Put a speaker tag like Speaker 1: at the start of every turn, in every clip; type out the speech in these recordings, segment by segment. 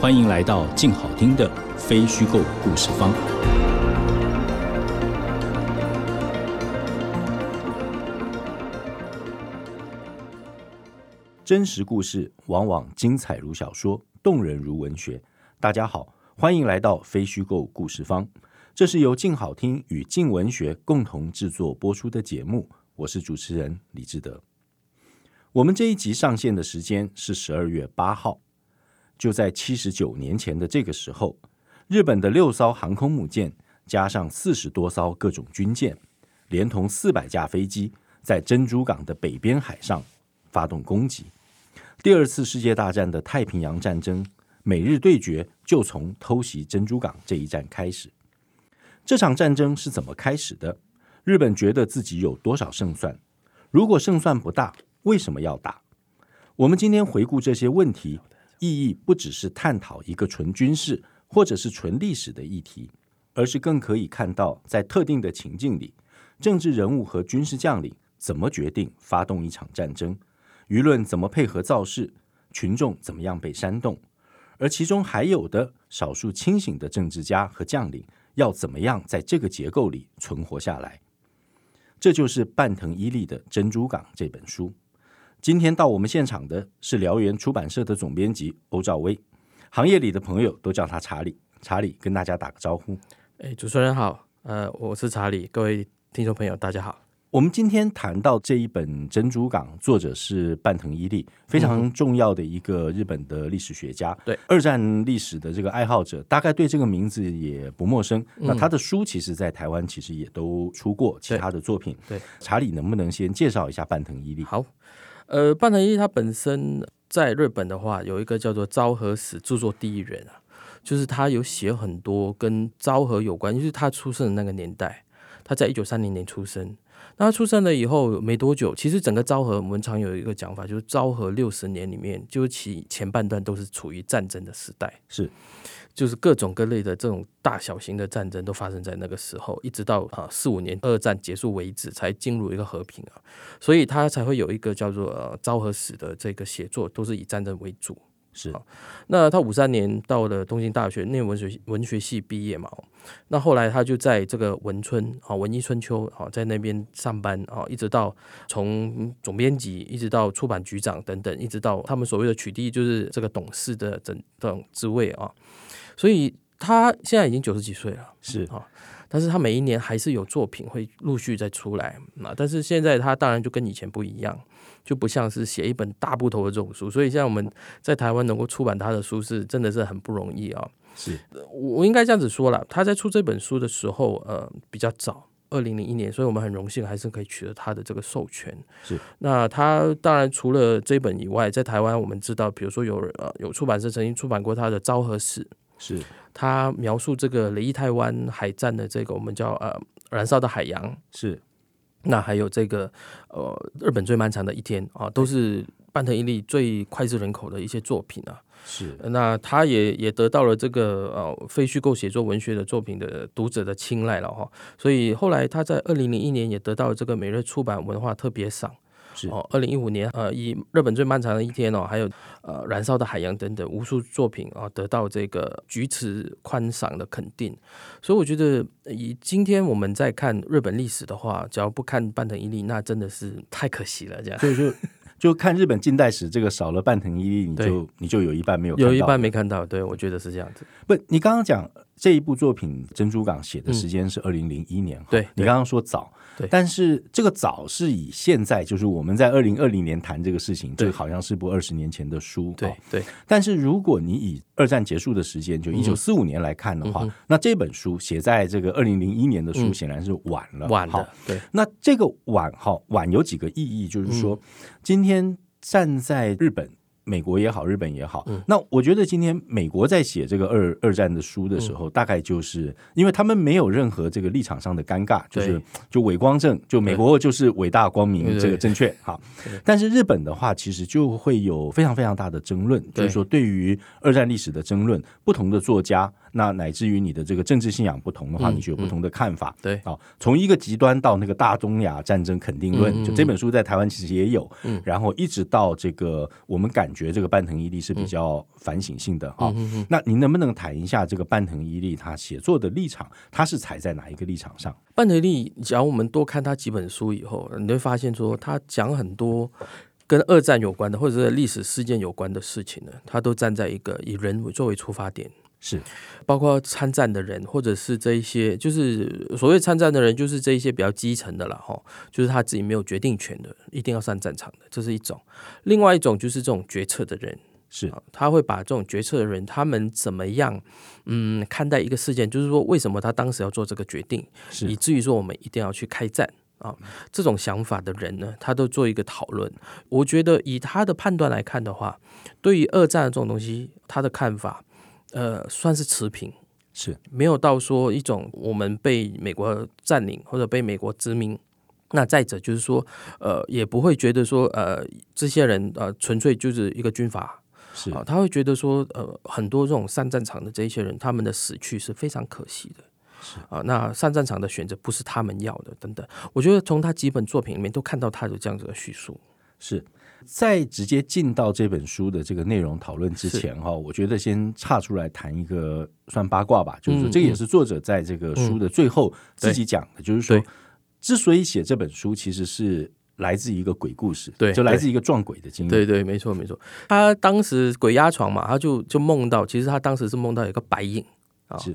Speaker 1: 欢迎来到静好听的非虚构故事方。
Speaker 2: 真实故事往往精彩如小说，动人如文学。大家好，欢迎来到非虚构故事方，这是由静好听与静文学共同制作播出的节目，我是主持人李志德。我们这一集上线的时间是十二月八号，就在七十九年前的这个时候，日本的六艘航空母舰加上四十多艘各种军舰，连同四百架飞机，在珍珠港的北边海上发动攻击。第二次世界大战的太平洋战争，美日对决就从偷袭珍珠港这一战开始。这场战争是怎么开始的？日本觉得自己有多少胜算？如果胜算不大，为什么要打？我们今天回顾这些问题，意义不只是探讨一个纯军事或者是纯历史的议题，而是更可以看到在特定的情境里，政治人物和军事将领怎么决定发动一场战争，舆论怎么配合造势，群众怎么样被煽动，而其中还有的少数清醒的政治家和将领要怎么样在这个结构里存活下来。这就是半藤伊利的《珍珠港》这本书。今天到我们现场的是燎原出版社的总编辑欧兆威，行业里的朋友都叫他查理。查理跟大家打个招呼。
Speaker 3: 哎，主持人好，呃，我是查理，各位听众朋友，大家好。
Speaker 2: 我们今天谈到这一本《珍珠港》，作者是半藤伊利，非常重要的一个日本的历史学家，
Speaker 3: 嗯对
Speaker 2: 二战历史的这个爱好者，大概对这个名字也不陌生。
Speaker 3: 嗯
Speaker 2: 那他的书其实，在台湾其实也都出过其他的作品。
Speaker 3: 对
Speaker 2: 查理能不能先介绍一下半藤伊利？
Speaker 3: 好，呃，半藤一他本身在日本的话，有一个叫做昭和史著作第一人啊，就是他有写很多跟昭和有关，就是他出生的那个年代，他在一九三零年出生。那他出生了以后没多久，其实整个昭和我们常有一个讲法，就是昭和六十年里面，就是其前半段都是处于战争的时代，
Speaker 2: 是
Speaker 3: 就是各种各类的这种大小型的战争都发生在那个时候，一直到啊四五年二战结束为止，才进入一个和平啊，所以他才会有一个叫做呃昭和史的这个写作，都是以战争为主。
Speaker 2: 是
Speaker 3: 好那他五三年到了东京大学念文学文学系毕业嘛，哦那后来他就在这个文春啊、文艺春秋啊，在那边上班啊，一直到从总编辑一直到出版局长等等，一直到他们所谓的取缔就是这个董事的等这种职位啊，所以他现在已经九十几岁了。
Speaker 2: 是
Speaker 3: 但是他每一年还是有作品会陆续再出来啊。但是现在他当然就跟以前不一样，就不像是写一本大部头的这种书。所以现在我们在台湾能够出版他的书是真的是很不容易啊。
Speaker 2: 是
Speaker 3: 我我应该这样子说啦，他在出这本书的时候，呃，比较早。二零零一年，所以我们很荣幸还是可以取得他的这个授权。
Speaker 2: 是，
Speaker 3: 那他当然除了这本以外，在台湾我们知道，比如说有呃有出版社曾经出版过他的《昭和史》，
Speaker 2: 是
Speaker 3: 他描述这个雷伊泰湾海战的这个我们叫呃燃烧的海洋，
Speaker 2: 是
Speaker 3: 那还有这个呃日本最漫长的一天啊，都是半藤一力最脍炙人口的一些作品啊。
Speaker 2: 是
Speaker 3: 呃那他也也得到了这个呃非虚构写作文学的作品的读者的青睐了哈，所以后来他在二零零一年也得到了这个每日出版文化特别赏。
Speaker 2: 是
Speaker 3: 哦，二零一五年，呃，以《日本最漫长的一天》哦，还有呃《燃烧的海洋》等等无数作品啊、得到这个菊池宽赏的肯定。所以我觉得，呃以今天我们在看日本历史的话，只要不看半藤一力，那真的是太可惜了。这样
Speaker 2: 所以就就看日本近代史，这个少了半藤伊利，你
Speaker 3: 对
Speaker 2: 就你就有一半没有看到
Speaker 3: 有一半没看到，对我觉得是这样子。
Speaker 2: 不，你刚刚讲这一部作品《珍珠港》写的时间是二零零一年哈，
Speaker 3: 嗯对
Speaker 2: 你刚刚说早，
Speaker 3: 对
Speaker 2: 但是这个早是以现在就是我们在二零二零年谈这个事情，
Speaker 3: 对
Speaker 2: 这好像是部二十年前的书，
Speaker 3: 对
Speaker 2: 哦
Speaker 3: 对，
Speaker 2: 但是如果你以二战结束的时间，
Speaker 3: 嗯
Speaker 2: 就一九四五年来看的话，那这本书写在这个二零零一年的书
Speaker 3: 嗯
Speaker 2: 显然是晚了，
Speaker 3: 晚
Speaker 2: 好
Speaker 3: 了，对
Speaker 2: 那这个晚哈晚有几个意义，就是说，今天站在日本美国也好，日本也好。那我觉得今天美国在写这个二二战的书的时候，大概就是因为他们没有任何这个立场上的尴尬，就是
Speaker 3: 对
Speaker 2: 就伪光正，就美国就是伟大光
Speaker 3: 对
Speaker 2: 明
Speaker 3: 对
Speaker 2: 这个正确好。但是日本的话，其实就会有非常非常大的争论，就
Speaker 3: 对
Speaker 2: 是说对于二战历史的争论，不同的作家，那乃至于你的这个政治信仰不同的话，
Speaker 3: 嗯
Speaker 2: 你就有不
Speaker 3: 嗯
Speaker 2: 同的看法。
Speaker 3: 对
Speaker 2: 啊，从一个极端到那个大东亚战争肯定论，
Speaker 3: 嗯嗯
Speaker 2: 就这本书在台湾其实也有，
Speaker 3: 嗯
Speaker 2: 然后一直到这个我们感觉这个半藤伊力是比较反省性的啊。
Speaker 3: 嗯嗯嗯
Speaker 2: 那您能不能谈一下这个半藤伊力他写作的立场，他是踩在哪一个立场上？
Speaker 3: 半德利，只要我们多看他几本书以后，你会发现说他讲很多跟二战有关的，或者是历史事件有关的事情呢，他都站在一个以人为作为出发点，
Speaker 2: 是
Speaker 3: 包括参战的人，或者是这一些就是所谓参战的人，就是这一些比较基层的了哈，就是他自己没有决定权的，一定要上战场的，这是一种；另外一种就是这种决策的人，
Speaker 2: 是
Speaker 3: 啊他会把这种决策的人，他们怎么样，嗯，看待一个事件，就是说为什么他当时要做这个决定，以
Speaker 2: 是
Speaker 3: 至于说我们一定要去开战啊，这种想法的人呢，他都做一个讨论。我觉得以他的判断来看的话，对于二战的这种东西，他的看法，呃，算是持平，
Speaker 2: 是
Speaker 3: 没有到说一种我们被美国占领或者被美国殖民。那再者就是说，呃，也不会觉得说，呃，这些人呃，纯粹就是一个军阀
Speaker 2: 是
Speaker 3: 啊，他会觉得说，呃，很多这种上战场的这一些人，他们的死去是非常可惜的。啊，那上战场的选择不是他们要的，等等。我觉得从他几本作品里面都看到他有这样子的叙述。
Speaker 2: 是。在直接进到这本书的这个内容讨论之
Speaker 3: 是
Speaker 2: 前哈，我觉得先岔出来谈一个算八卦吧，就是说
Speaker 3: 嗯
Speaker 2: 这个也是作者在这个书的最后自己讲的，就是说
Speaker 3: 对
Speaker 2: 之所以写这本书，其实是来自一个鬼故事，
Speaker 3: 对
Speaker 2: 就来自一个撞鬼的经历，
Speaker 3: 对对，没错没错。他当时鬼压床嘛，他就就梦到，其实他当时是梦到有一个白影啊
Speaker 2: 是，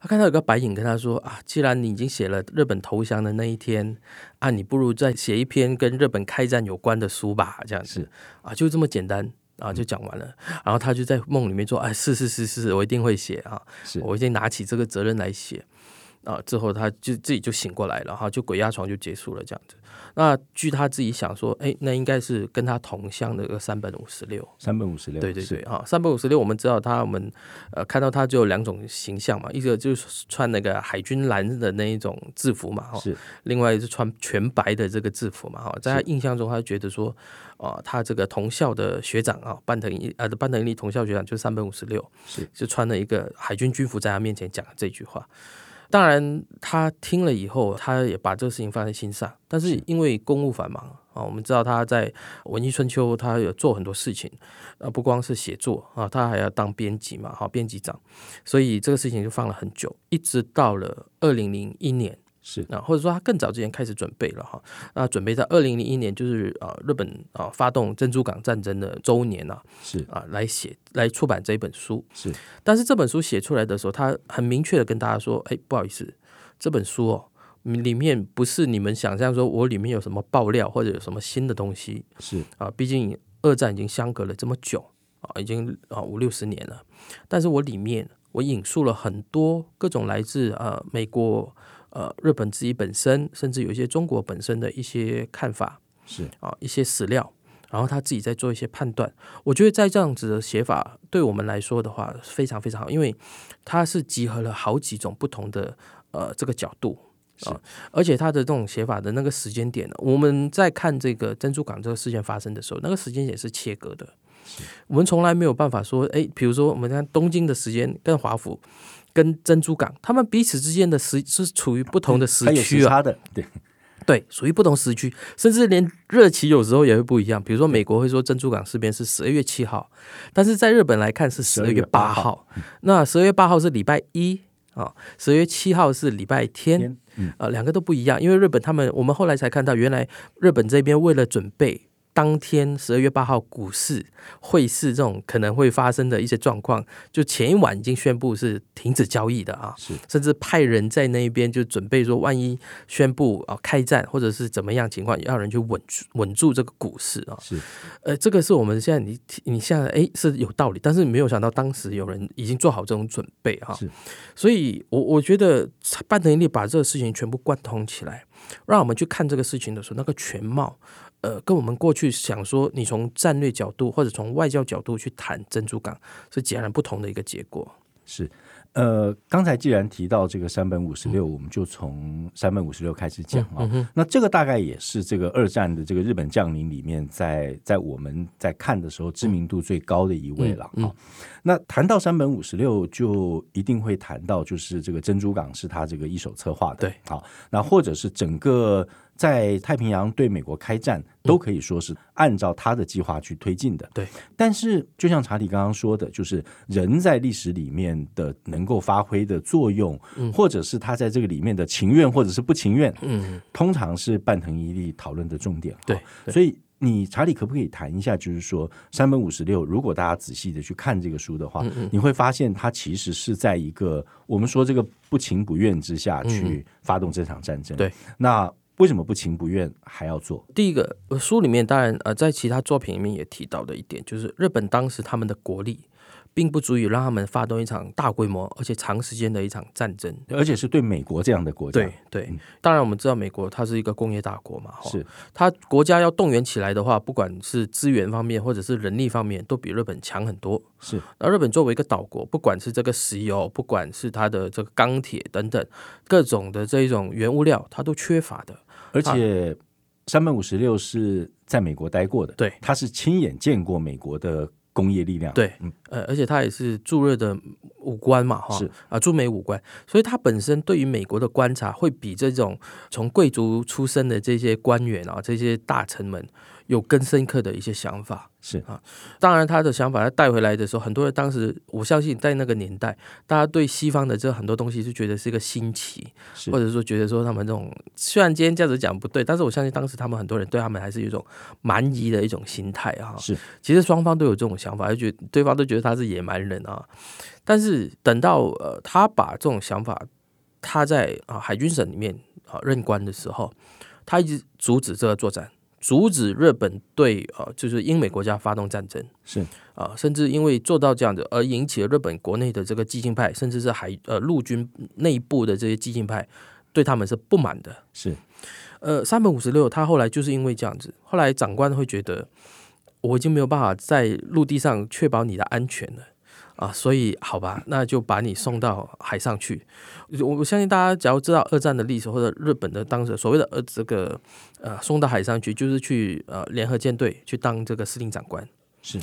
Speaker 3: 他看到有个白影跟他说啊，既然你已经写了日本投降的那一天啊，你不如再写一篇跟日本开战有关的书吧，这样子
Speaker 2: 是
Speaker 3: 啊，就这么简单。啊，
Speaker 2: 嗯
Speaker 3: 就讲完了，然后他就在梦里面说：“哎，是是是是，我一定会写啊，
Speaker 2: 是
Speaker 3: 我一定拿起这个责任来写。”啊，之后他就自己就醒过来了哈，就鬼压床就结束了这样子。那据他自己想说，哎，那应该是跟他同向的一个三本五十六。
Speaker 2: 三本五十六，
Speaker 3: 对对
Speaker 2: 是
Speaker 3: 对，啊，三本五十六，我们知道他，我们呃看到他只有两种形象嘛，一个就是穿那个海军蓝的那一种制服嘛，哈，
Speaker 2: 是
Speaker 3: 另外是穿全白的这个制服嘛，哈，在他
Speaker 2: 是
Speaker 3: 印象中，他觉得说，啊、他这个同校的学长啊，半藤一呃半藤一力同校学长就是三本五十六，
Speaker 2: 是
Speaker 3: 就穿了一个海军军服在他面前讲了这句话。当然，他听了以后，他也把这个事情放在心上。但是因为公务繁忙啊，我们知道他在文艺春秋，他有做很多事情，呃，不光是写作啊，他还要当编辑嘛，哈、编辑长，所以这个事情就放了很久，一直到了二零零一年。
Speaker 2: 是
Speaker 3: 啊，或者说他更早之前开始准备了哈，那准备在二零零一年，就是啊日本啊发动珍珠港战争的周年啊
Speaker 2: 是
Speaker 3: 啊来写来出版这一本书，
Speaker 2: 是
Speaker 3: 但是这本书写出来的时候，他很明确的跟大家说，哎，不好意思，这本书哦里面不是你们想象说我里面有什么爆料或者有什么新的东西，
Speaker 2: 是
Speaker 3: 啊，毕竟二战已经相隔了这么久啊，已经啊五六十年了。但是我里面我引述了很多各种来自呃美国、呃日本自己本身，甚至有一些中国本身的一些看法
Speaker 2: 是
Speaker 3: 啊，一些史料。然后他自己再做一些判断，我觉得在这样子的写法对我们来说的话非常非常好，因为它是集合了好几种不同的呃这个角度，啊而且他的这种写法的那个时间点呢，我们在看这个珍珠港这个事件发生的时候，那个时间点是切割的。我们从来没有办法说，哎，比如说我们看东京的时间跟华府、跟珍珠港，他们彼此之间的时是处于不同的时
Speaker 2: 它有时
Speaker 3: 区啊，
Speaker 2: 差的，对
Speaker 3: 对，属于不同时区，甚至连日期有时候也会不一样。比如说美国会说珍珠港事变是十二月七号，但是在日本来看是十二月八
Speaker 2: 12月8
Speaker 3: 号，嗯那十二月八号是礼拜一啊，十二月七号是礼拜天。
Speaker 2: 天嗯
Speaker 3: 呃，两个都不一样，因为日本他们，我们后来才看到，原来日本这边为了准备当天十二月八号股市、汇市这种可能会发生的一些状况，就前一晚已经宣布是停止交易的啊，
Speaker 2: 是
Speaker 3: 甚至派人在那一边就准备说，万一宣布啊、开战或者是怎么样情况，要人去稳住稳住这个股市啊，
Speaker 2: 是
Speaker 3: 呃，这个是我们现在你你现在哎是有道理，但是没有想到当时有人已经做好这种准备哈、
Speaker 2: 是
Speaker 3: 所以我我觉得半藤一力把这个事情全部贯通起来，让我们去看这个事情的时候，那个全貌，呃，跟我们过去想说，你从战略角度或者从外交角度去谈珍珠港，是截然不同的一个结果。
Speaker 2: 是，呃，刚才既然提到这个山本五十六，我们就从山本五十六开始讲
Speaker 3: 嗯
Speaker 2: 啊、那这个大概也是这个二战的这个日本将领里面在，在我们在看的时候知名度最高的一位了啊、
Speaker 3: 嗯
Speaker 2: 那谈到山本五十六，就一定会谈到就是这个珍珠港是他这个一手策划的，
Speaker 3: 对，
Speaker 2: 好、那或者是整个在太平洋对美国开战，都可以说是按照他的计划去推进的。
Speaker 3: 对，
Speaker 2: 但是就像查理刚刚说的，就是人在历史里面的能够发挥的作用，或者是他在这个里面的情愿或者是不情愿，
Speaker 3: 嗯，
Speaker 2: 通常是半藤一力讨论的重点。
Speaker 3: 对，
Speaker 2: 所以你查理可不可以谈一下，就是说山本五十六，如果大家仔细的去看这个书的话，
Speaker 3: 嗯
Speaker 2: 你会发现他其实是在一个我们说这个不情不愿之下去发动这场战争。
Speaker 3: 嗯对，
Speaker 2: 那为什么不情不愿还要做？
Speaker 3: 第一个，呃书里面当然呃，在其他作品里面也提到的一点，就是日本当时他们的国力并不足以让他们发动一场大规模而且长时间的一场战争。
Speaker 2: 而且是对美国这样的国家，
Speaker 3: 对嗯对，当然我们知道美国它是一个工业大国嘛，哈
Speaker 2: 是
Speaker 3: 它国家要动员起来的话，不管是资源方面或者是人力方面，都比日本强很多。
Speaker 2: 是，
Speaker 3: 那日本作为一个岛国，不管是这个石油，不管是它的这个钢铁等等各种的这一种原物料，它都缺乏的。
Speaker 2: 而且山本五十六是在美国待过的，
Speaker 3: 对
Speaker 2: 他是亲眼见过美国的工业力量，嗯
Speaker 3: 对，呃，而且它也是驻日的武官嘛，哈，
Speaker 2: 是
Speaker 3: 啊，驻美武官，所以他本身对于美国的观察，会比这种从贵族出身的这些官员啊，这些大臣们有更深刻的一些想法。
Speaker 2: 是
Speaker 3: 当然，他的想法他带回来的时候，很多人当时我相信在那个年代，大家对西方的这很多东西是觉得是一个新奇，
Speaker 2: 是
Speaker 3: 或者说觉得说他们这种虽然今天这样子讲不对，但是我相信当时他们很多人对他们还是有一种蛮夷的一种心态啊。
Speaker 2: 是
Speaker 3: 其实双方都有这种想法，就觉得对方都觉得他是野蛮人啊。但是等到呃，他把这种想法，他在啊、海军省里面啊、任官的时候，他一直阻止这个作战，阻止日本对呃就是英美国家发动战争
Speaker 2: 是
Speaker 3: 啊、甚至因为做到这样子而引起了日本国内的这个激进派，甚至是海呃陆军内部的这些激进派对他们是不满的。
Speaker 2: 是
Speaker 3: 呃，三本五十六，他后来就是因为这样子，后来长官会觉得我已经没有办法在陆地上确保你的安全了。啊，所以好吧，那就把你送到海上去。我我相信大家只要知道二战的历史或者日本的当时所谓的呃这个呃送到海上去，就是去呃联合舰队去当这个司令长官。
Speaker 2: 是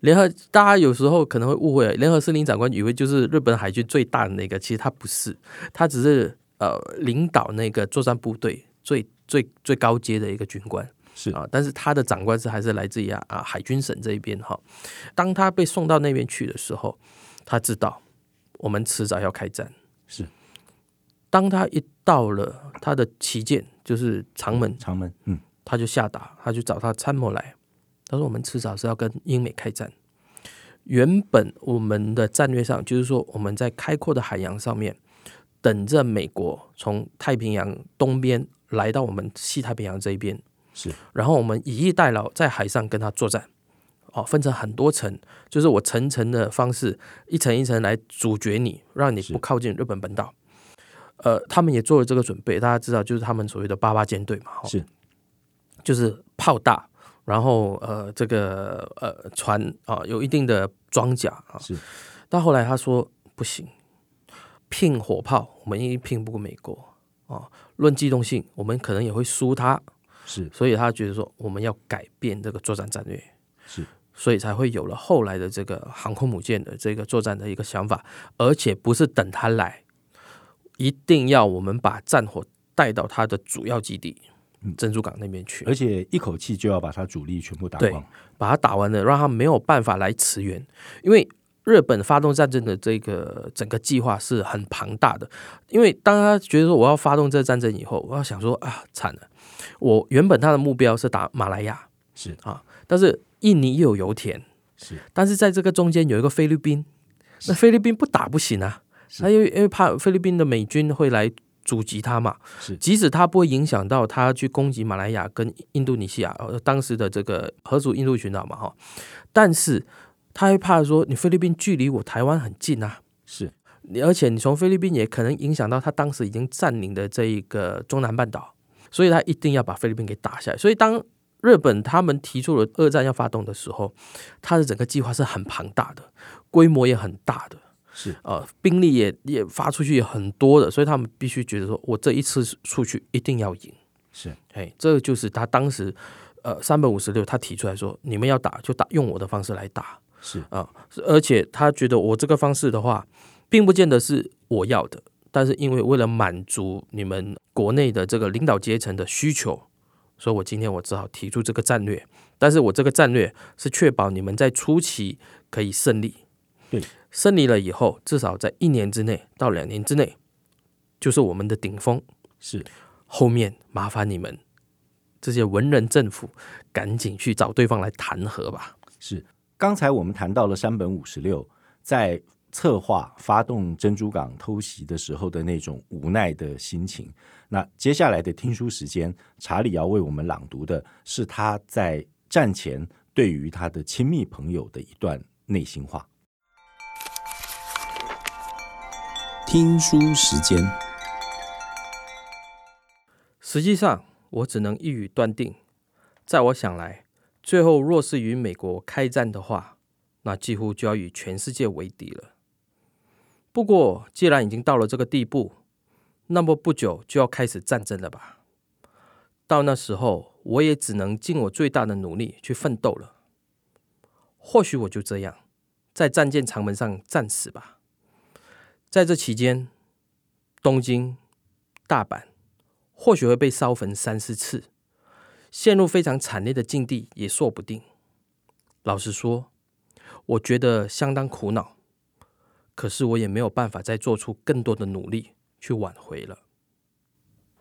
Speaker 3: 联合大家有时候可能会误会，联合司令长官以为就是日本海军最大的那个，其实他不是，他只是呃领导那个作战部队最最最高阶的一个军官。
Speaker 2: 是
Speaker 3: 啊，但是他的长官是还是来自于啊啊海军省这一边哈。当他被送到那边去的时候，他知道我们迟早要开战。
Speaker 2: 是，
Speaker 3: 当他一到了他的旗舰，就是长门，
Speaker 2: 长门，嗯，
Speaker 3: 他就下达，他就找他参谋来，他说我们迟早是要跟英美开战。原本我们的战略上就是说我们在开阔的海洋上面，等着美国从太平洋东边来到我们西太平洋这一边，
Speaker 2: 是，
Speaker 3: 然后我们以逸待劳，在海上跟他作战。哦，分成很多层，就是我层层的方式，一层一层来阻绝你，让你
Speaker 2: 是
Speaker 3: 不靠近日本本岛。呃，他们也做了这个准备，大家知道，就是他们所谓的八八舰队嘛，哦
Speaker 2: 是
Speaker 3: 就是炮大，然后呃这个呃船啊、有一定的装甲啊，
Speaker 2: 是
Speaker 3: 但后来他说不行，拼火炮我们一定拼不过美国啊，论机动性我们可能也会输他，
Speaker 2: 是
Speaker 3: 所以他觉得说我们要改变这个作战战略，
Speaker 2: 是，
Speaker 3: 所以才会有了后来的这个航空母舰的这个作战的一个想法，而且不是等他来，一定要我们把战火带到他的主要基地珍珠港那边去，
Speaker 2: 而且一口气就要把他主力全部打
Speaker 3: 对
Speaker 2: 光，
Speaker 3: 把他打完了，让他没有办法来驰援，因为日本发动战争的这个整个计划是很庞大的。因为当他觉得说我要发动这战争以后，我要想说啊，惨了，我原本他的目标是打马来亚，
Speaker 2: 是
Speaker 3: 啊，但是印尼又有油田，
Speaker 2: 是
Speaker 3: 但是在这个中间有一个菲律宾，那菲律宾不打不行啊，他因为因为怕菲律宾的美军会来阻击他嘛，
Speaker 2: 是
Speaker 3: 即使他不会影响到他去攻击马来亚跟印度尼西亚，呃，当时的这个合组印度群岛嘛哈，但是他会怕说你菲律宾距离我台湾很近啊。
Speaker 2: 是
Speaker 3: 你而且你从菲律宾也可能影响到他当时已经占领的这一个中南半岛，所以他一定要把菲律宾给打下来。所以当日本他们提出了二战要发动的时候，它的整个计划是很庞大的，规模也很大的，
Speaker 2: 是
Speaker 3: 呃，兵力也也发出去也很多的，所以他们必须觉得说，我这一次出去一定要赢。
Speaker 2: 是，
Speaker 3: 哎，这个就是他当时，呃，三本五十六他提出来说，你们要打就打，用我的方式来打
Speaker 2: 是
Speaker 3: 啊、而且他觉得我这个方式的话，并不见得是我要的，但是因为为了满足你们国内的这个领导阶层的需求，所以我今天我只好提出这个战略，但是我这个战略是确保你们在初期可以胜利，
Speaker 2: 对，
Speaker 3: 胜利了以后，至少在一年之内到两年之内，就是我们的顶峰。
Speaker 2: 是
Speaker 3: 后面麻烦你们这些文人政府赶紧去找对方来谈和吧。
Speaker 2: 是。刚才我们谈到了山本五十六在策划发动珍珠港偷袭的时候的那种无奈的心情。那接下来的听书时间，查理要为我们朗读的是他在战前对于他的亲密朋友的一段内心话。
Speaker 1: 听书时间，
Speaker 3: 实际上，我只能一语断定，在我想来，最后若是与美国开战的话，那几乎就要与全世界为敌了。不过，既然已经到了这个地步，那么不久就要开始战争了吧？到那时候，我也只能尽我最大的努力去奋斗了。或许我就这样，在战舰长门上战死吧。在这期间，东京、大阪或许会被烧焚三四次，陷入非常惨烈的境地也说不定。老实说，我觉得相当苦恼，可是我也没有办法再做出更多的努力去挽回了。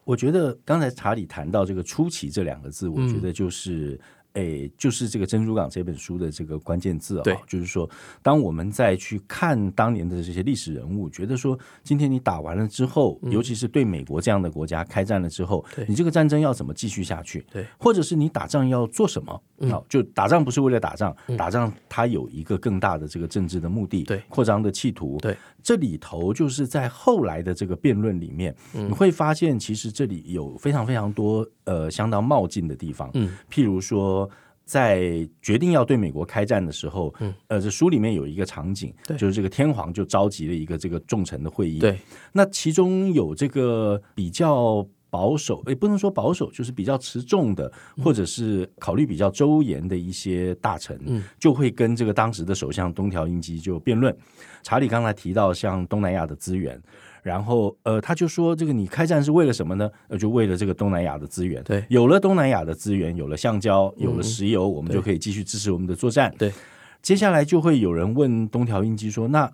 Speaker 2: 我觉得刚才查理谈到这个“出奇”这两个字，我
Speaker 3: 嗯
Speaker 2: 觉得就是。诶，就是这个《珍珠港》这本书的这个关键字啊、
Speaker 3: 对
Speaker 2: 就是说，当我们再去看当年的这些历史人物，觉得说，今天你打完了之后，尤其是对美国这样的国家开战了之后
Speaker 3: 嗯对，
Speaker 2: 你这个战争要怎么继续下去？
Speaker 3: 对，嗯
Speaker 2: 或者是你打仗要做什么？好，就打仗不是为了打仗，打仗它有一个更大的这个政治的目的，
Speaker 3: 对
Speaker 2: 扩张的企图，
Speaker 3: 对，
Speaker 2: 这里头就是在后来的这个辩论里面，
Speaker 3: 嗯
Speaker 2: 你会发现其实这里有非常非常多呃相当冒进的地方，
Speaker 3: 嗯，
Speaker 2: 譬如说。在决定要对美国开战的时候，
Speaker 3: 嗯，
Speaker 2: 呃，这书里面有一个场景，
Speaker 3: 对
Speaker 2: 就是这个天皇就召集了一个这个众臣的会议，
Speaker 3: 对，
Speaker 2: 那其中有这个比较保守，也不能说保守，就是比较持重的，或者是考虑比较周延的一些大臣，
Speaker 3: 嗯
Speaker 2: 就会跟这个当时的首相东条英机就辩论。查理刚才提到像东南亚的资源。然后，呃，他就说，这个你开战是为了什么呢？呃，就为了这个东南亚的资源。
Speaker 3: 对
Speaker 2: 有了东南亚的资源，有了橡胶，有了
Speaker 3: 嗯
Speaker 2: 石油，我们
Speaker 3: 对
Speaker 2: 就可以继续支持我们的作战。
Speaker 3: 对，
Speaker 2: 接下来就会有人问东条英机说：“那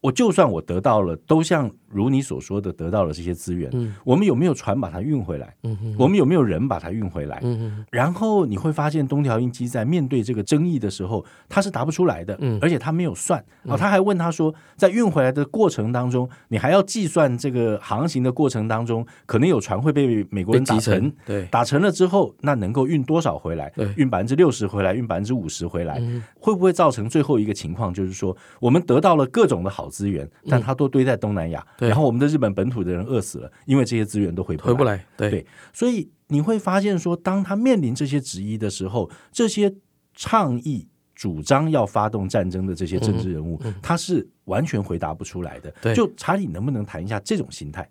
Speaker 2: 我就算我得到了，都像如你所说的得到了这些资源，
Speaker 3: 嗯
Speaker 2: 我们有没有船把它运回来？
Speaker 3: 嗯哼
Speaker 2: 我们有没有人把它运回来？
Speaker 3: 嗯哼
Speaker 2: 然后你会发现，东条英机在面对这个争议的时候，他是答不出来的，
Speaker 3: 嗯
Speaker 2: 而且他没有算。啊，他还问他说，在运回来的过程当中，你还要计算这个航行的过程当中，可能有船会被美国
Speaker 3: 被
Speaker 2: 人打
Speaker 3: 击
Speaker 2: 沉
Speaker 3: 沉，，对，
Speaker 2: 打沉了之后，那能够运多少回来
Speaker 3: 对？嗯
Speaker 2: 运百分之六十回来，运百分之五十回来，会不会造成最后一个情况，就是说我们得到了各种的好资源，但它都堆在东南亚，
Speaker 3: 嗯对
Speaker 2: 然后我们的日本本土的人饿死了，因为这些资源都回不
Speaker 3: 回不
Speaker 2: 来。
Speaker 3: 来，对
Speaker 2: 对所以你会发现说，当他面临这些质疑的时候，这些倡议。主张要发动战争的这些政治人
Speaker 3: 嗯
Speaker 2: 物，他是完全回答不出来的。
Speaker 3: 对
Speaker 2: 就查理能不能谈一下这种心态？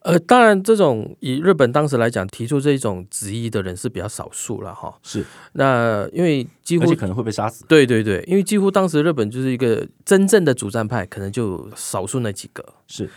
Speaker 3: 呃，当然，这种以日本当时来讲，提出这种质疑的人是比较少数了哈。
Speaker 2: 是，
Speaker 3: 那因为几
Speaker 2: 而
Speaker 3: 乎
Speaker 2: 且可能会被杀死。
Speaker 3: 对对对，因为几乎当时日本就是一个真正的主战派，可能就少数那几个，
Speaker 2: 是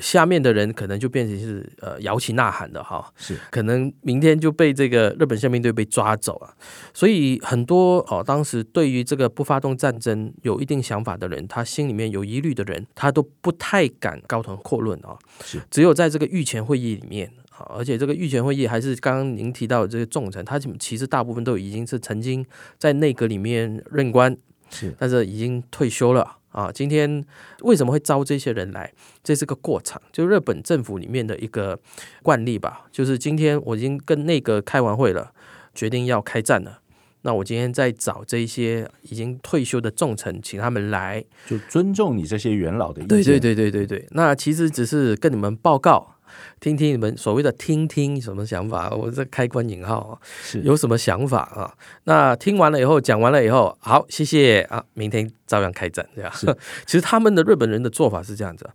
Speaker 3: 下面的人可能就变成是呃摇旗呐喊的哈，
Speaker 2: 是，
Speaker 3: 可能明天就被这个日本宪兵队被抓走啊。所以很多哦，当时对于这个不发动战争有一定想法的人，他心里面有疑虑的人，他都不太敢高谈阔论啊、
Speaker 2: 是
Speaker 3: 只有在这个御前会议里面。啊，而且这个御前会议还是刚刚您提到的这个重臣，他其实大部分都已经是曾经在内阁里面任官，
Speaker 2: 是
Speaker 3: 但是已经退休了啊。今天为什么会招这些人来？这是个过场，就日本政府里面的一个惯例吧。就是今天我已经跟内阁开完会了，决定要开战了。那我今天在找这一些已经退休的重臣，请他们来。
Speaker 2: 就尊重你这些元老的意见。
Speaker 3: 对对对对对对。那其实只是跟你们报告听听你们所谓的听听什么想法，我这开关引号、啊，
Speaker 2: 是
Speaker 3: 有什么想法啊？那听完了以后，讲完了以后，好，谢谢啊，明天照样开战这样
Speaker 2: 是。
Speaker 3: 其实他们的日本人的做法是这样子啊，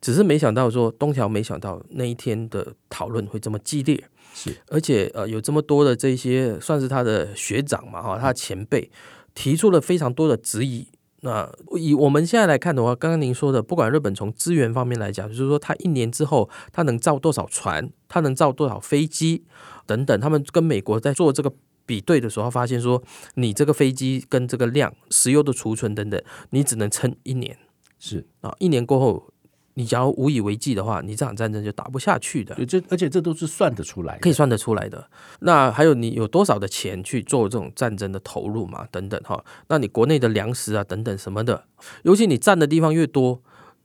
Speaker 3: 只是没想到说东条没想到那一天的讨论会这么激烈，
Speaker 2: 是，
Speaker 3: 而且呃有这么多的这些算是他的学长嘛哈、
Speaker 2: 嗯
Speaker 3: 他的前辈提出了非常多的质疑。那以我们现在来看的话，刚刚您说的，不管日本从资源方面来讲，就是说它一年之后它能造多少船，它能造多少飞机等等，他们跟美国在做这个比对的时候，发现说你这个飞机跟这个量、石油的储存等等，你只能撑一年。
Speaker 2: 是，
Speaker 3: 啊，一年过后，你假如无以为继的话，你这场战争就打不下去的，
Speaker 2: 对，这而且这都是算得出来的，
Speaker 3: 可以算得出来的。那还有你有多少的钱去做这种战争的投入嘛？等等哈，那你国内的粮食啊等等什么的，尤其你占的地方越多，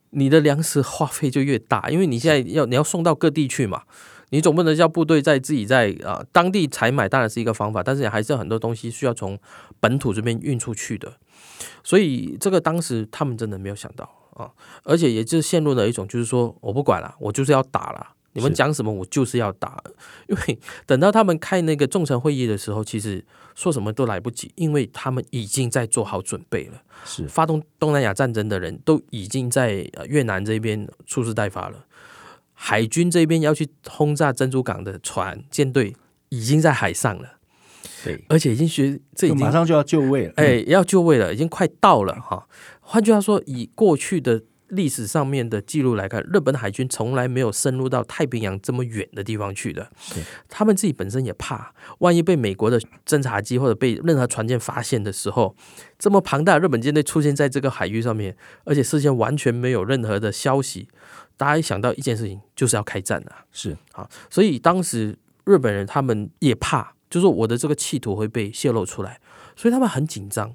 Speaker 3: 你的粮食花费就越大，因为你现在要你要送到各地去嘛。你总不能叫部队在自己在啊、呃当地采买，当然是一个方法，但是还是有很多东西需要从本土这边运出去的，所以这个当时他们真的没有想到啊，而且也就是陷入了一种就是说我不管了，我就是要打了，你们
Speaker 2: 是
Speaker 3: 讲什么我就是要打，因为等到他们开那个众臣会议的时候，其实说什么都来不及，因为他们已经在做好准备了。
Speaker 2: 是
Speaker 3: 发动东南亚战争的人都已经在呃越南这边蓄势待发了，海军这边要去轰炸珍珠港的船舰队已经在海上了，
Speaker 2: 对，
Speaker 3: 而且已经学这已
Speaker 2: 就
Speaker 3: 经
Speaker 2: 马上就要就位了，嗯
Speaker 3: 哎，要就位了，已经快到了哈。换句话说，以过去的历史上面的记录来看，日本海军从来没有深入到太平洋这么远的地方去的
Speaker 2: 是。
Speaker 3: 他们自己本身也怕，万一被美国的侦察机或者被任何船舰发现的时候，这么庞大的日本舰队出现在这个海域上面，而且事先完全没有任何的消息，大家一想到一件事情，就是要开战了。啊
Speaker 2: 是
Speaker 3: 所以当时日本人他们也怕，就是我的这个企图会被泄露出来，所以他们很紧张。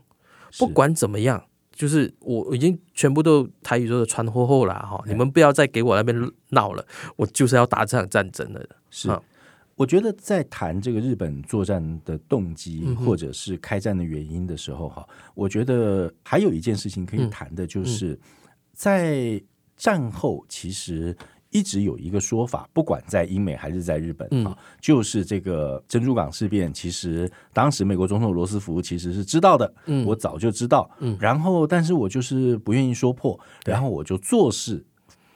Speaker 2: 是
Speaker 3: 不管怎么样，就是我已经全部都台语说的穿火后啦哈，
Speaker 2: 对
Speaker 3: 你们不要再给我那边闹了，我就是要打这场战争的。
Speaker 2: 是
Speaker 3: 啊。
Speaker 2: 我觉得在谈这个日本作战的动机
Speaker 3: 嗯哼
Speaker 2: 或者是开战的原因的时候，哈、我觉得还有一件事情可以
Speaker 3: 嗯
Speaker 2: 谈的，就是在战后其实一直有一个说法，不管在英美还是在日本
Speaker 3: 嗯
Speaker 2: 啊、就是这个珍珠港事变，其实当时美国总统罗斯福其实是知道的，
Speaker 3: 嗯
Speaker 2: 我早就知道，
Speaker 3: 嗯
Speaker 2: 然后但是我就是不愿意说破，
Speaker 3: 对
Speaker 2: 然后我就做事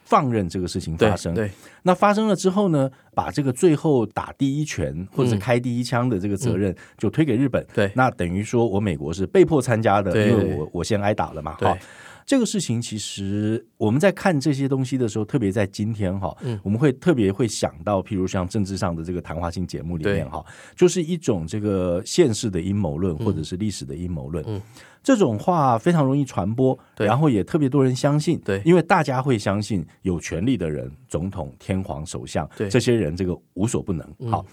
Speaker 2: 放任这个事情
Speaker 3: 对
Speaker 2: 发生，
Speaker 3: 对，
Speaker 2: 那发生了之后呢，把这个最后打第一拳或者是
Speaker 3: 嗯
Speaker 2: 开第一枪的这个责任就推给日本。
Speaker 3: 对
Speaker 2: 那等于说我美国是被迫参加的，
Speaker 3: 对
Speaker 2: 因为
Speaker 3: 对
Speaker 2: 我我先挨打了嘛。
Speaker 3: 对
Speaker 2: 哈，这个事情其实我们在看这些东西的时候，特别在今天哈，
Speaker 3: 嗯
Speaker 2: 我们会特别会想到，譬如像政治上的这个谈话性节目里
Speaker 3: 对
Speaker 2: 面哈，就是一种这个现实的阴谋论或者是历史的阴谋论。
Speaker 3: 嗯
Speaker 2: 这种话非常容易传播，
Speaker 3: 对
Speaker 2: 然后也特别多人相信，
Speaker 3: 对
Speaker 2: 因为大家会相信有权力的人，总统、天皇、首相，
Speaker 3: 对嗯
Speaker 2: 这些人这个无所不能。好，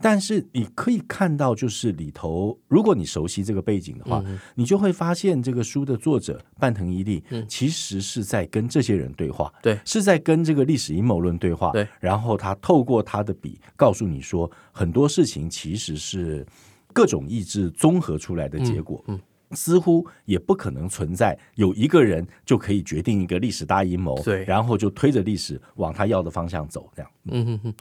Speaker 2: 但是你可以看到，就是里头，如果你熟悉这个背景的
Speaker 3: 嗯
Speaker 2: 话，你就会发现这个书的作者半藤一力、其实是在跟这些人对话，
Speaker 3: 嗯对
Speaker 2: 是在跟这个历史阴谋论对话，
Speaker 3: 对，
Speaker 2: 然后他透过他的笔告诉你说，很多事情其实是各种意志综合出来的结果，
Speaker 3: 嗯
Speaker 2: 似乎也不可能存在有一个人就可以决定一个历史大阴谋，
Speaker 3: 对
Speaker 2: 然后就推着历史往他要的方向走，这样
Speaker 3: 嗯哼哼，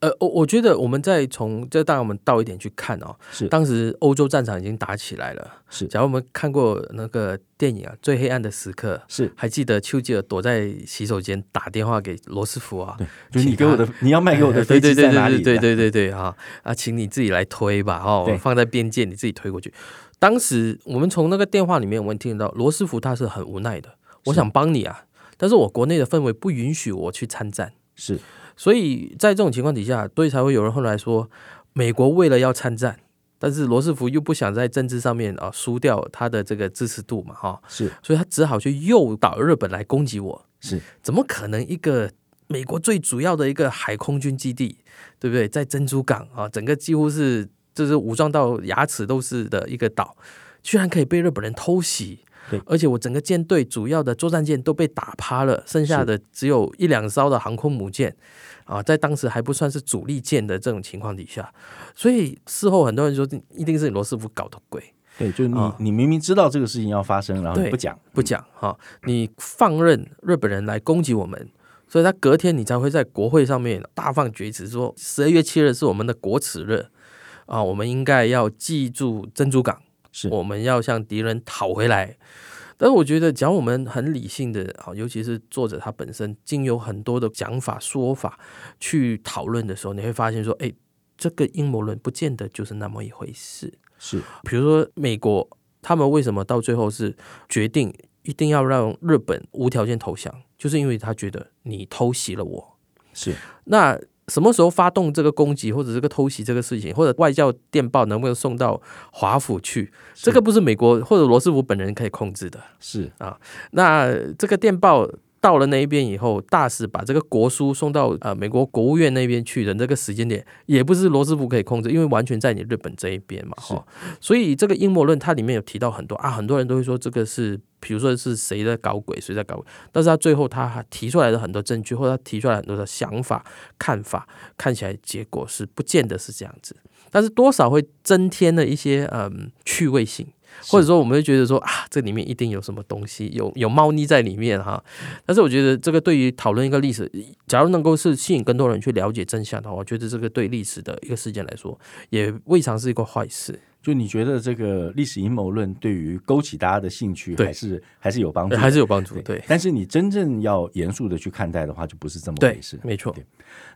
Speaker 3: 呃，我我觉得我们再从这，当然我们倒一点去看哦，
Speaker 2: 是
Speaker 3: 当时欧洲战场已经打起来了。
Speaker 2: 是
Speaker 3: 假如我们看过那个电影啊，《最黑暗的时刻》，
Speaker 2: 是。
Speaker 3: 还记得丘吉尔躲在洗手间打电话给罗斯福啊，
Speaker 2: 就是
Speaker 3: 请
Speaker 2: 你给我的，你要哎卖给我的
Speaker 3: 哎
Speaker 2: 飞
Speaker 3: 对
Speaker 2: 机
Speaker 3: 对对
Speaker 2: 在哪里
Speaker 3: 对？对
Speaker 2: 这样
Speaker 3: 对对对啊啊，请你自己来推吧哈，
Speaker 2: 对
Speaker 3: 我放在边界你自己推过去。当时我们从那个电话里面，我们听得到罗斯福他是很无奈的，我想帮你啊，但是我国内的氛围不允许我去参战，
Speaker 2: 是
Speaker 3: 所以在这种情况底下，所以才会有人后来说，美国为了要参战。但是罗斯福又不想在政治上面啊输掉他的这个支持度嘛哈，
Speaker 2: 是
Speaker 3: 所以他只好去诱导日本来攻击我。
Speaker 2: 是
Speaker 3: 怎么可能一个美国最主要的一个海空军基地，对不对？在珍珠港啊，整个几乎是就是武装到牙齿都是的一个岛，居然可以被日本人偷袭
Speaker 2: 对。
Speaker 3: 而且我整个舰队主要的作战舰都被打趴了，剩下的只有一两艘的航空母舰，啊，在当时还不算是主力舰的这种情况底下，所以事后很多人说一定是罗斯福搞的鬼，
Speaker 2: 对，就你、
Speaker 3: 啊
Speaker 2: 你明明知道这个事情要发生，然后你
Speaker 3: 对
Speaker 2: 不讲，
Speaker 3: 不讲哈、你放任日本人来攻击我们，所以他隔天你才会在国会上面大放厥词，说十二月七日是我们的国耻日啊，我们应该要记住珍珠港，
Speaker 2: 是
Speaker 3: 我们要向敌人讨回来。但是我觉得，讲我们很理性的啊，尤其是作者他本身经有很多的讲法说法去讨论的时候，你会发现说，哎，这个阴谋论不见得就是那么一回事。
Speaker 2: 是
Speaker 3: 比如说美国，他们为什么到最后是决定一定要让日本无条件投降，就是因为他觉得你偷袭了我。
Speaker 2: 是
Speaker 3: 那什么时候发动这个攻击，或者这个偷袭这个事情，或者外交电报能不能送到华府去？这个不是美国或者罗斯福本人可以控制的。
Speaker 2: 是
Speaker 3: 那这个电报到了那一边以后，大使把这个国书送到呃美国国务院那边去的那个时间点，也不是罗斯福可以控制，因为完全在你日本这一边嘛，哈。所以这个阴谋论它里面有提到很多啊，很多人都会说这个是，比如说是谁在搞鬼，谁在搞鬼，但是他最后他还提出来的很多证据，或者他提出来很多的想法、看法，看起来结果是不见得是这样子，但是多少会增添了一些嗯趣味性。或者说我们会觉得说啊，这里面一定有什么东西，有有猫腻在里面哈。但是我觉得这个对于讨论一个历史，假如能够是吸引更多人去了解真相的话，我觉得这个对历史的一个事件来说，也未尝是一个坏事，
Speaker 2: 就你觉得这个历史阴谋论对于勾起大家的兴趣
Speaker 3: 对
Speaker 2: 还是还是有帮助
Speaker 3: 呃
Speaker 2: 的，
Speaker 3: 还是有帮助。对，
Speaker 2: 但是你真正要严肃的去看待的话，就不是这么
Speaker 3: 对
Speaker 2: 回事，。
Speaker 3: 没错
Speaker 2: 对，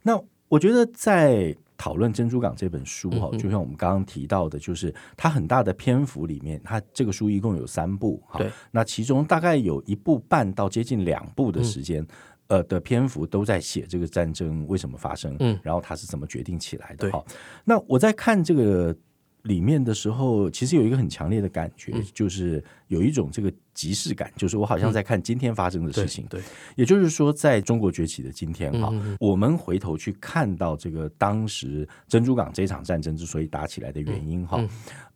Speaker 2: 那我觉得在讨论《珍珠港》这本书哈、
Speaker 3: 嗯哼
Speaker 2: 就像我们刚刚提到的，就是它很大的篇幅里面，它这个书一共有三部哈
Speaker 3: 对，
Speaker 2: 那其中大概有一部半到接近两
Speaker 3: 嗯
Speaker 2: 部的时间。呃的篇幅都在写这个战争为什么发生，
Speaker 3: 嗯
Speaker 2: 然后它是怎么决定起来的
Speaker 3: 对
Speaker 2: 哈。那我在看这个里面的时候，其实有一个很强烈的感觉，
Speaker 3: 嗯
Speaker 2: 就是有一种这个即视感，就是我好像在看今天发生的
Speaker 3: 对
Speaker 2: 事情。
Speaker 3: 对，
Speaker 2: 也就是说，在中国崛起的今天啊，
Speaker 3: 嗯嗯嗯
Speaker 2: 我们回头去看到这个当时珍珠港这场战争之所以打起来的原因哈，
Speaker 3: 嗯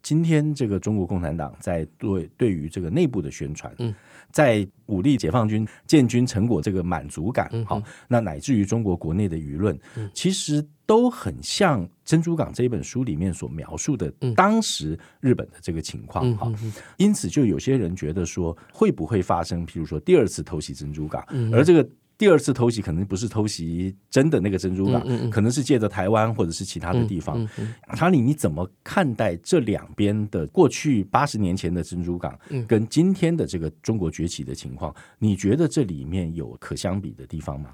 Speaker 2: 今天这个中国共产党在对对于这个内部的宣传，
Speaker 3: 嗯
Speaker 2: 在武力解放军建军成果这个满足感
Speaker 3: 嗯
Speaker 2: 哈、
Speaker 3: 嗯
Speaker 2: 那乃至于中国国内的舆论，
Speaker 3: 嗯
Speaker 2: 其实都很像《珍珠港》这一本书里面所描述的
Speaker 3: 嗯
Speaker 2: 当时日本的这个情况
Speaker 3: 嗯
Speaker 2: 哈。
Speaker 3: 嗯嗯
Speaker 2: 因此，就有些人觉得说，会不会发生，譬如说第二次偷袭珍珠港，
Speaker 3: 嗯
Speaker 2: 而这个第二次偷袭可能不是偷袭真的那个珍珠港，
Speaker 3: 嗯嗯嗯
Speaker 2: 可能是借着台湾或者是其他的地方。
Speaker 3: 嗯嗯
Speaker 2: 查理，你怎么看待这两边的过去八十年前的珍珠港
Speaker 3: 嗯
Speaker 2: 跟今天的这个中国崛起的情况？你觉得这里面有可相比的地方吗？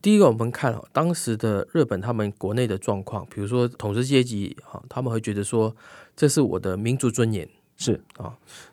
Speaker 3: 第一个，我们看啊，当时的日本他们国内的状况，比如说统治阶级啊，他们会觉得说这是我的民族尊严，
Speaker 2: 是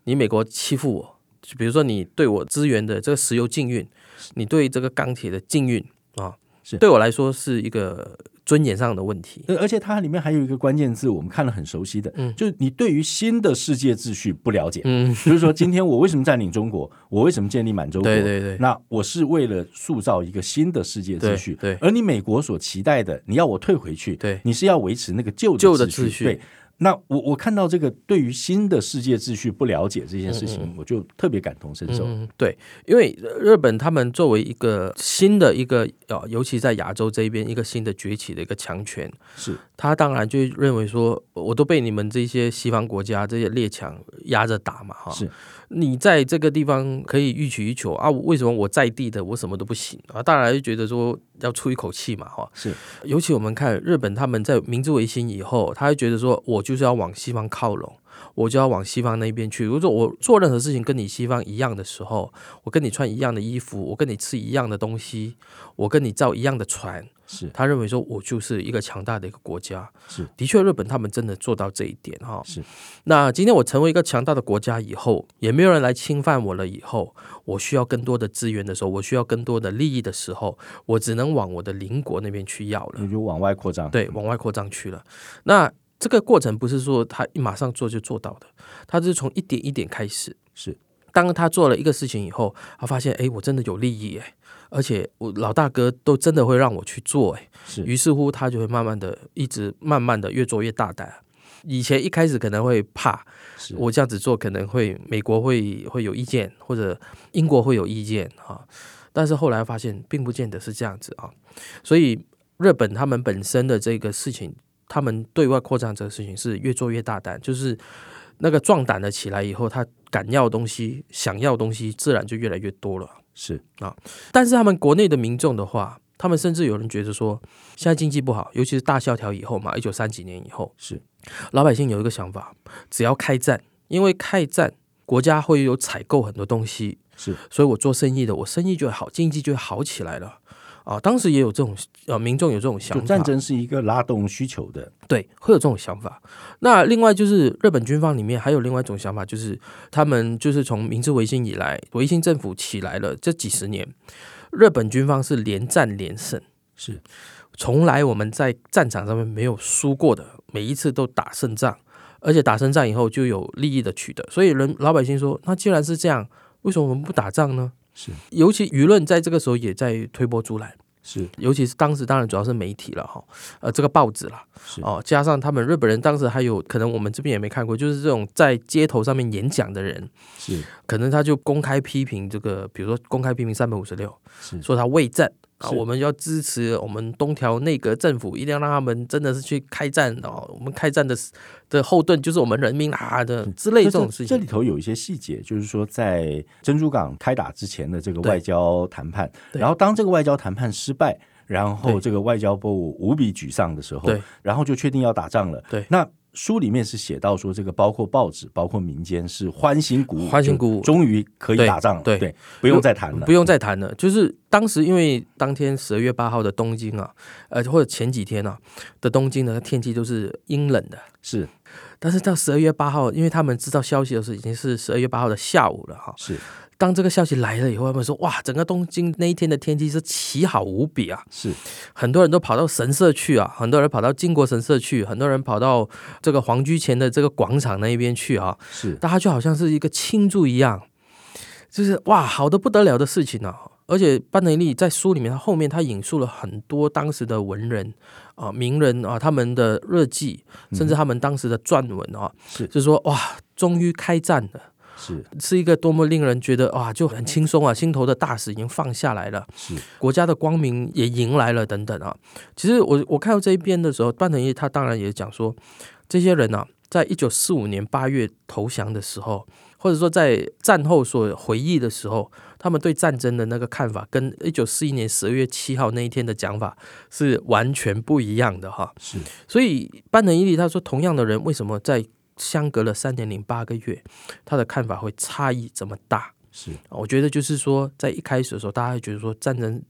Speaker 3: 你美国欺负我，就比如说你对我资源的这个石油禁运，你对这个钢铁的禁运啊，
Speaker 2: 是
Speaker 3: 对我来说是一个尊严上的问 题。
Speaker 2: 呃而且它里面还有一个关键字，我们看了很熟悉的，
Speaker 3: 嗯
Speaker 2: 就是你对于新的世界秩序不了解。
Speaker 3: 嗯，
Speaker 2: 就是说，今天我为什么占领中国？我为什么建 立满洲国？
Speaker 3: 对对对
Speaker 2: 那我是为了塑造一个新的世界秩序。
Speaker 3: 对对
Speaker 2: 而你美国所期待的，你要我退回去，
Speaker 3: 对
Speaker 2: 你是要维持那个旧
Speaker 3: 旧
Speaker 2: 的
Speaker 3: 的
Speaker 2: 秩
Speaker 3: 秩序
Speaker 2: 对。那我我看到这个对于新的世界秩序不了解这件事情，我就特别感同身受。
Speaker 3: 嗯，对，因为日本他们作为一个新的一个呃，尤其在亚洲这一边一个新的崛起的一个强权，
Speaker 2: 是
Speaker 3: 他当然就认为说，我都被你们这些西方国家这些列强压着打嘛，哈，
Speaker 2: 是，
Speaker 3: 你在这个地方可以予取予求啊，为什么我在地的我什么都不行啊？当然就觉得说要出一口气嘛，哈，
Speaker 2: 是，
Speaker 3: 尤其我们看日本他们在明治维新以后，他会觉得说我就是要往西方靠拢。我就要往西方那边去。如果我做任何事情跟你西方一样的时候，我跟你穿一样的衣服，我跟你吃一样的东西，我跟你造一样的船，
Speaker 2: 是
Speaker 3: 他认为说我就是一个强大的一个国家。
Speaker 2: 是，
Speaker 3: 的确，日本他们真的做到这一点哈。
Speaker 2: 是，
Speaker 3: 那今天我成为一个强大的国家以后，也没有人来侵犯我了。以后我需要更多的资源的时候，我需要更多的利益的时候，我只能往我的邻国那边去要了
Speaker 2: 你。就往外扩张。
Speaker 3: 对，往外扩张去了。那这个过程不是说他马上做就做到的，他是从一点一点开始。
Speaker 2: 是，
Speaker 3: 当他做了一个事情以后，他发现，哎，我真的有利益，哎，而且我老大哥都真的会让我去做，哎，
Speaker 2: 是
Speaker 3: 于是乎他就会慢慢的，一直慢慢的越做越大胆。以前一开始可能会怕，
Speaker 2: 是
Speaker 3: 我这样子做可能会美国会会有意见，或者英国会有意见啊。但是后来发现，并不见得是这样子啊。所以日本他们本身的这个事情，他们对外扩张这个事情是越做越大胆，就是那个壮胆了起来以后，他敢要的东西、想要的东西，自然就越来越多了。
Speaker 2: 是
Speaker 3: 啊但是他们国内的民众的话，他们甚至有人觉得说，现在经济不好，尤其是大萧条以后嘛，一九三几年以后，
Speaker 2: 是
Speaker 3: 老百姓有一个想法，只要开战，因为开战国家会有采购很多东西，
Speaker 2: 是
Speaker 3: 所以我做生意的，我生意就会好，经济就会好起来了。啊，当时也有这种呃，民众有这种想
Speaker 2: 就
Speaker 3: 法，
Speaker 2: 战争是一个拉动需求的，
Speaker 3: 对，会有这种想法。那另外就是日本军方里面还有另外一种想法，就是他们就是从明治维新以来，维新政府起来了这几十年，日本军方是连战连胜，
Speaker 2: 是
Speaker 3: 从来我们在战场上面没有输过的，每一次都打胜仗，而且打胜仗以后就有利益的取得，所以人老百姓说，那既然是这样，为什么我们不打仗呢？
Speaker 2: 是
Speaker 3: 尤其舆论在这个时候也在推波助澜。
Speaker 2: 是
Speaker 3: 尤其是当时当然主要是媒体了哈，呃，这个报纸啦，
Speaker 2: 是
Speaker 3: 哦，加上他们日本人当时还有可能我们这边也没看过，就是这种在街头上面演讲的人，
Speaker 2: 是
Speaker 3: 可能他就公开批评这个，比如说公开批评三本五十六，
Speaker 2: 是
Speaker 3: 说他畏战。啊，
Speaker 2: 是
Speaker 3: 我们要支持我们东条内阁政府，一定要让他们真的是去开战哦。我们开战的的后盾就是我们人民啊的之类
Speaker 2: 这
Speaker 3: 这种事
Speaker 2: 嗯这里
Speaker 3: 情。
Speaker 2: 头有一些细节，就是说在珍珠港开打之前的这个
Speaker 3: 对
Speaker 2: 外交谈判，
Speaker 3: 对
Speaker 2: 然后当这个外交谈判失败，然后
Speaker 3: 对
Speaker 2: 这个外交部无比沮丧的时候
Speaker 3: 对，
Speaker 2: 然后就确定要打仗了。
Speaker 3: 对
Speaker 2: 那。书里面是写到说，这个包括报纸、包括民间是欢欣鼓舞，
Speaker 3: 欢欣鼓舞
Speaker 2: 就终于可以
Speaker 3: 对
Speaker 2: 打仗了，
Speaker 3: 对
Speaker 2: 不用再谈了，
Speaker 3: 不用再谈了，就是当时因为当天十二月八号的东京啊，呃，或者前几天啊的东京呢，天气都是阴冷的，
Speaker 2: 是
Speaker 3: 但是到十二月八号，因为他们知道消息的时候已经是十二月八号的下午了哈。
Speaker 2: 是
Speaker 3: 当这个消息来了以后，他们说哇，整个东京那一天的天气是奇好无比啊！
Speaker 2: 是
Speaker 3: 很多人都跑到神社去啊，很多人跑到靖国神社去，很多人跑到这个皇居前的这个广场那一边去啊，
Speaker 2: 是
Speaker 3: 大家就好像是一个庆祝一样，就是哇，好的不得了的事情啊！而且班德利在书里面，他后面他引述了很多当时的文人啊、名人啊他们的日记， 甚
Speaker 2: 嗯
Speaker 3: 至他们当时的撰文啊，
Speaker 2: 是
Speaker 3: 就是说哇，终于开战了。
Speaker 2: 是
Speaker 3: 是一个多么令人觉得哇就很轻松啊，心头的大石已经放下来了，
Speaker 2: 是
Speaker 3: 国家的光明也迎来了等等啊。其实我我看到这一篇的时候，段成义他当然也讲说，这些人啊，在一九四五年八月投降的时候，或者说在战后所回忆的时候，他们对战争的那个看法，跟一九四一年十二月七号那一天的讲法是完全不一样的哈。
Speaker 2: 是
Speaker 3: 所以班德伊利他说，同样的人为什么在相隔了三年零八个月，他的看法会差异这么大？
Speaker 2: 是
Speaker 3: 我觉得就是说，在一开始的时候，大家会觉得说战争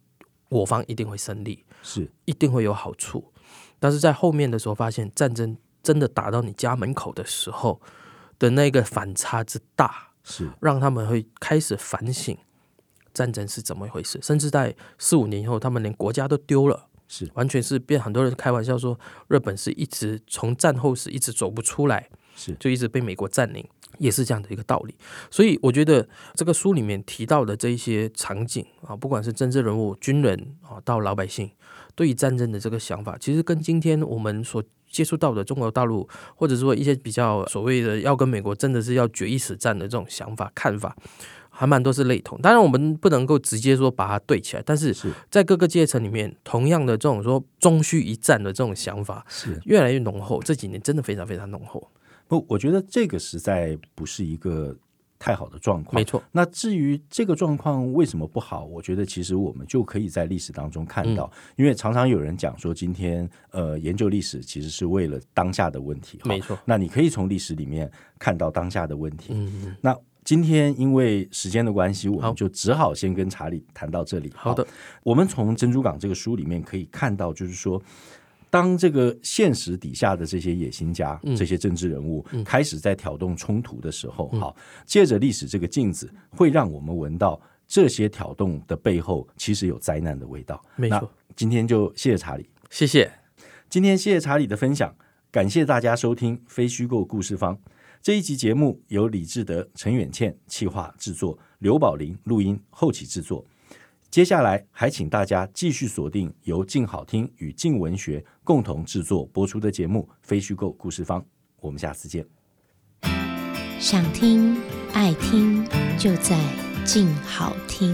Speaker 3: 我方一定会胜利，
Speaker 2: 是
Speaker 3: 一定会有好处，但是在后面的时候发现，战争真的打到你家门口的时候的那个反差之大，
Speaker 2: 是
Speaker 3: 让他们会开始反省战争是怎么一回事，甚至在四五年以后，他们连国家都丢了。
Speaker 2: 是
Speaker 3: 完全是变，很多人开玩笑说，日本是一直从战后是一直走不出来，
Speaker 2: 是
Speaker 3: 就一直被美国占领，也是这样的一个道理。所以我觉得这个书里面提到的这一些场景啊，不管是政治人物、军人啊，到老百姓对于战争的这个想法，其实跟今天我们所接触到的中国大陆，或者说一些比较所谓的要跟美国真的是要决一死战的这种想法、看法。还蛮多是类同，当然我们不能够直接说把它对起来，但是
Speaker 2: 是
Speaker 3: 在各个阶层里面，同样的这种说终须一战的这种想法
Speaker 2: 是。
Speaker 3: 越来越浓厚，这几年真的非常非常浓厚。
Speaker 2: 不，我觉得这个实在不是一个太好的状况
Speaker 3: 没。错，
Speaker 2: 那至于这个状况为什么不好，我觉得其实我们就可以在历史当中看
Speaker 3: 嗯
Speaker 2: 到，因为常常有人讲说，今天呃研究历史其实是为了当下的问题，哈
Speaker 3: 没错
Speaker 2: 那你可以从历史里面看到当下的问题。
Speaker 3: 嗯，
Speaker 2: 那今天因为时间的关系，我
Speaker 3: 好
Speaker 2: 们就只好先跟查理谈到这里。
Speaker 3: 好的，
Speaker 2: 我们从《珍珠港》这个书里面可以看到，就是说，当这个现实底下的这些野心家、
Speaker 3: 嗯
Speaker 2: 这些政治人物、
Speaker 3: 嗯
Speaker 2: 开始在挑动冲突的时候，好，借着历史这个镜子，会让我们闻到这些挑动的背后其实有灾难的味道。
Speaker 3: 没错，
Speaker 2: 今天就谢谢查理，
Speaker 3: 谢谢，
Speaker 2: 今天谢谢查理的分享，感谢大家收听《非虚构故事方》这一集节目，由李志德、陈远倩企划制作，刘宝林录音后期制作。接下来还请大家继续锁定由静好听与静文学共同制作播出的节目《非虚构故事方》，我们下次见。
Speaker 4: 想听爱听就在静好听。